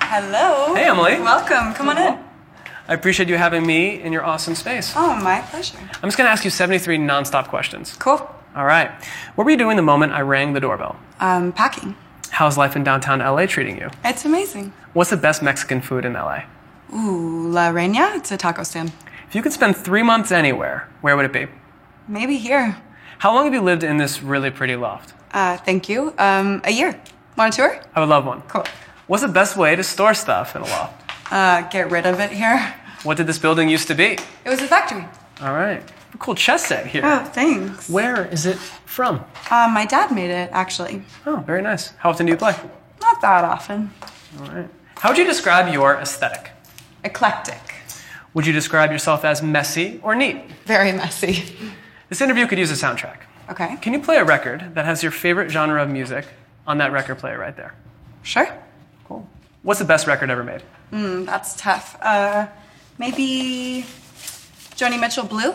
Hello. Hey, Emily. Welcome. Come on in. I appreciate you having me in your awesome space. Oh, my pleasure. I'm just going to ask you 73 nonstop questions. Cool. All right. What were you doing the moment I rang the doorbell? Um, packing. How's life in downtown LA treating you? It's amazing. What's the best Mexican food in LA? Ooh, La Reina. It's a taco stand. If you could spend three months anywhere, where would it be? Maybe here. How long have you lived in this really pretty loft? Uh, thank you. Um, a year. Want a tour? I would love one. Cool. What's the best way to store stuff in a loft? Uh, get rid of it here. What did this building used to be? It was a factory. All right. Cool chess set here. Oh, thanks. Where is it from? Uh, my dad made it, actually. Oh, very nice. How often do you play? Not that often. All right. How would you describe your aesthetic? Eclectic. Would you describe yourself as messy or neat? Very messy. This interview could use a soundtrack. Okay. Can you play a record that has your favorite genre of music on that record player right there? Sure. Cool. What's the best record ever made? Mm, that's tough. Uh, maybe Joni Mitchell Blue?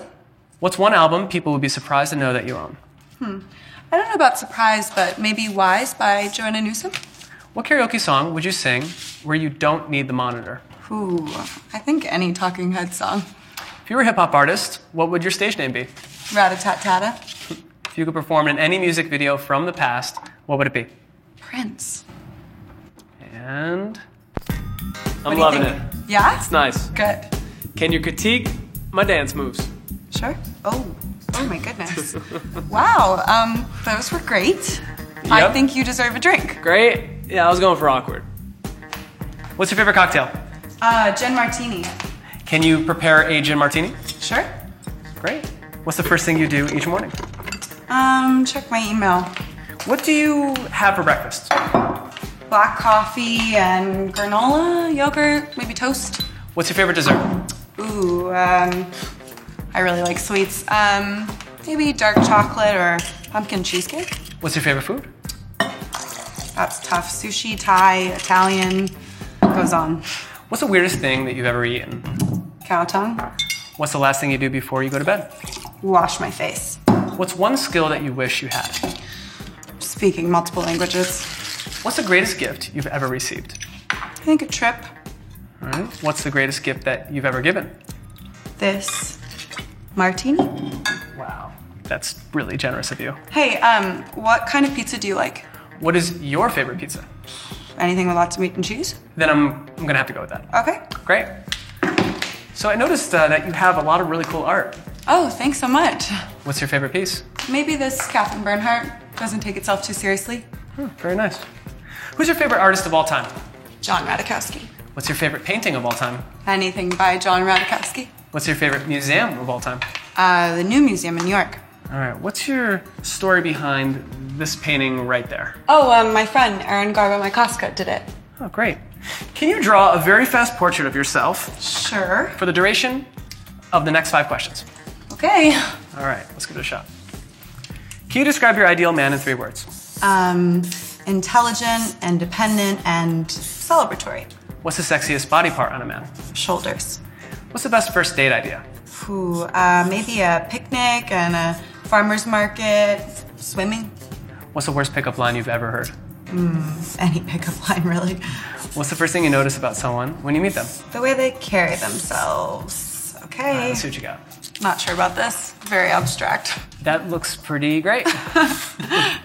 What's one album people would be surprised to know that you own? I don't know about Surprise, but maybe Wise by Joanna Newsom? What karaoke song would you sing where you don't need the monitor? Ooh, I think any Talking Head song. If you were a hip hop artist, what would your stage name be? Rat-a-tat-tata. If you could perform in any music video from the past, what would it be? Prince. And What I'm do you loving it. think? Yeah? It's nice. Good. Can you critique my dance moves? Sure. Oh, oh my goodness. wow, um, those were great. I Yep. think you deserve a drink. Great. Yeah, I was going for awkward. What's your favorite cocktail? Uh, gin martini. Can you prepare a gin martini? Sure. Great. What's the first thing you do each morning? Um, check my email. What do you have for breakfast? Black coffee and granola, yogurt, maybe toast. What's your favorite dessert? Ooh, um, I really like sweets. Um, maybe dark chocolate or pumpkin cheesecake. What's your favorite food? That's tough. Sushi, Thai, Italian, goes on. What's the weirdest thing that you've ever eaten? Cow tongue. What's the last thing you do before you go to bed? Wash my face. What's one skill that you wish you had? Speaking multiple languages. What's the greatest gift you've ever received? I think a trip. All right. What's the greatest gift that you've ever given? This martini. Wow. That's really generous of you. Hey, um, what kind of pizza do you like? What is your favorite pizza? Anything with lots of meat and cheese? Then I'm, I'm gonna have to go with that. Okay. Great. So I noticed uh, that you have a lot of really cool art. Oh, thanks so much. What's your favorite piece? Maybe this Catherine Bernhardt doesn't take itself too seriously. Hmm, very nice. Who's your favorite artist of all time? John Radakowski. What's your favorite painting of all time? Anything by John Radakowski. What's your favorite museum of all time? Uh, the new museum in New York. All right, what's your story behind this painting right there? Oh, um, my friend Erin Garbo Mykoska did it. Oh, great. Can you draw a very fast portrait of yourself Sure. for the duration of the next five questions? Okay. All right, let's give it a shot. Can you describe your ideal man in three words? Um, intelligent, independent, and celebratory. What's the sexiest body part on a man? Shoulders. What's the best first date idea? Ooh, uh, maybe a picnic and a farmer's market, swimming. What's the worst pickup line you've ever heard? Any pickup line, really. What's the first thing you notice about someone when you meet them? The way they carry themselves. Okay. Let's see what you got. Not sure about this. Very abstract. That looks pretty great.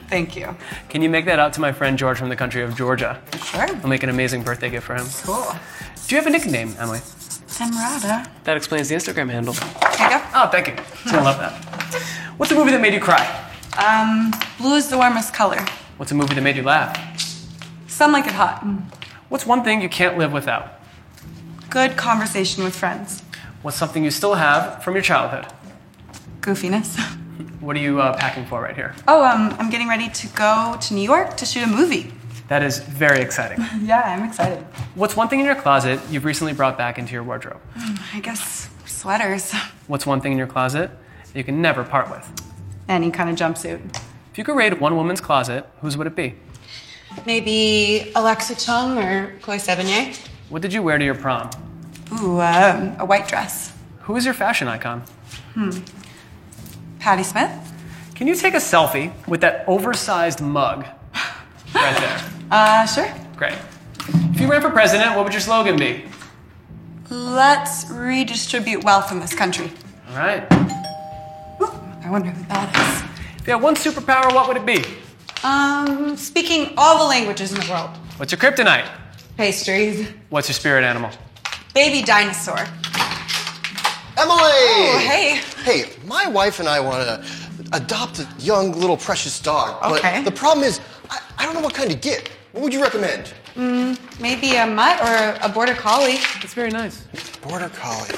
Thank you. Can you make that out to my friend George from the country of Georgia? Sure. I'll make an amazing birthday gift for him. Cool. Do you have a nickname, Emily? Emerata. That explains the Instagram handle. There you go. Oh, thank you. He's gonna love that. What's a movie that made you cry? Um, blue is the warmest color. What's a movie that made you laugh? Some like it hot. What's one thing you can't live without? Good conversation with friends. What's something you still have from your childhood? Goofiness. What are you uh, packing for right here? Oh, um, I'm getting ready to go to New York to shoot a movie. That is very exciting. Yeah, I'm excited. What's one thing in your closet you've recently brought back into your wardrobe? I guess sweaters. What's one thing in your closet that you can never part with? Any kind of jumpsuit. If you could raid one woman's closet, whose would it be? Maybe Alexa Chung or Chloe Sevigny. What did you wear to your prom? Ooh, um, a white dress. Who is your fashion icon? Patty Smith. Can you take a selfie with that oversized mug right there. Uh, sure. Great. If you ran for president, what would your slogan be? Let's redistribute wealth in this country. All right. Ooh, I wonder who that is. If you had one superpower, what would it be? Um, speaking all the languages in the world. What's your kryptonite? Pastries. What's your spirit animal? Baby dinosaur. Emily! Oh, hey. Hey, my wife and I want to adopt a young little precious dog. But Okay. the problem is, I, I don't know what kind to get. What would you recommend? Maybe a mutt or a border collie. That's very nice. Border collie.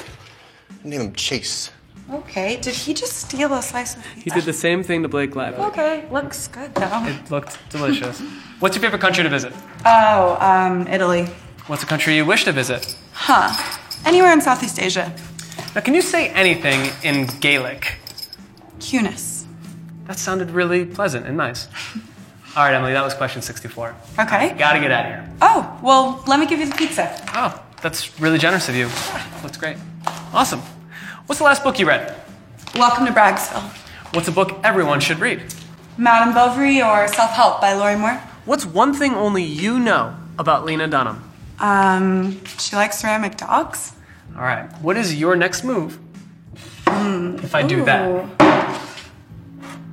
Name him Chase. Okay. Did he just steal a slice of pizza? He did the same thing to Blake Lively. Okay. Looks good though. It looked delicious. What's your favorite country to visit? Oh, um, Italy. What's a country you wish to visit? Huh. Anywhere in Southeast Asia. Now, can you say anything in Gaelic? Cunis. That sounded really pleasant and nice. All right, Emily, that was question 64. Okay. Gotta get out of here. Oh, well, let me give you the pizza. Oh, that's really generous of you. Looks great. Awesome. What's the last book you read? Welcome to Braggsville. What's a book everyone should read? Madame Bovary or Self Help by Lori Moore. What's one thing only you know about Lena Dunham? Um, she likes ceramic dogs. All right, what is your next move? if I do that,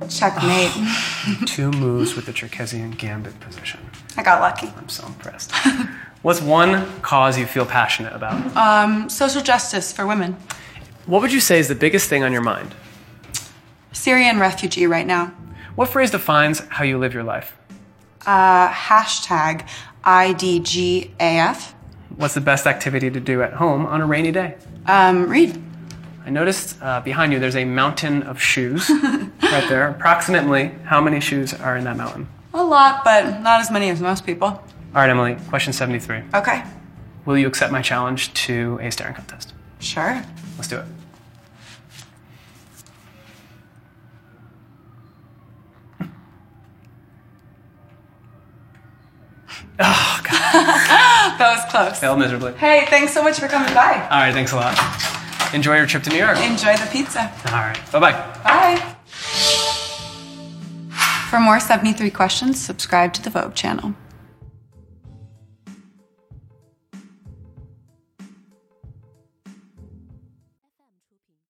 Checkmate. two moves with the Circassian gambit position. I got lucky. I'm so impressed. What's one cause you feel passionate about? Um, social justice for women. What would you say is the biggest thing on your mind? Syrian refugee right now. What phrase defines how you live your life? Uh, hashtag IDGAF. What's the best activity to do at home on a rainy day? Um, read. I noticed uh, behind you there's a mountain of shoes right there. Approximately how many shoes are in that mountain? A lot, but not as many as most people. All right, Emily, question 73. Okay. Will you accept my challenge to a staring contest? Sure. Let's do it. Oh, God, That was close. failed miserably. Hey, thanks so much for coming by. All right, thanks a lot. Enjoy your trip to New York. All Enjoy the pizza. right, bye bye. Bye. For more 73 questions, subscribe to the Vogue channel.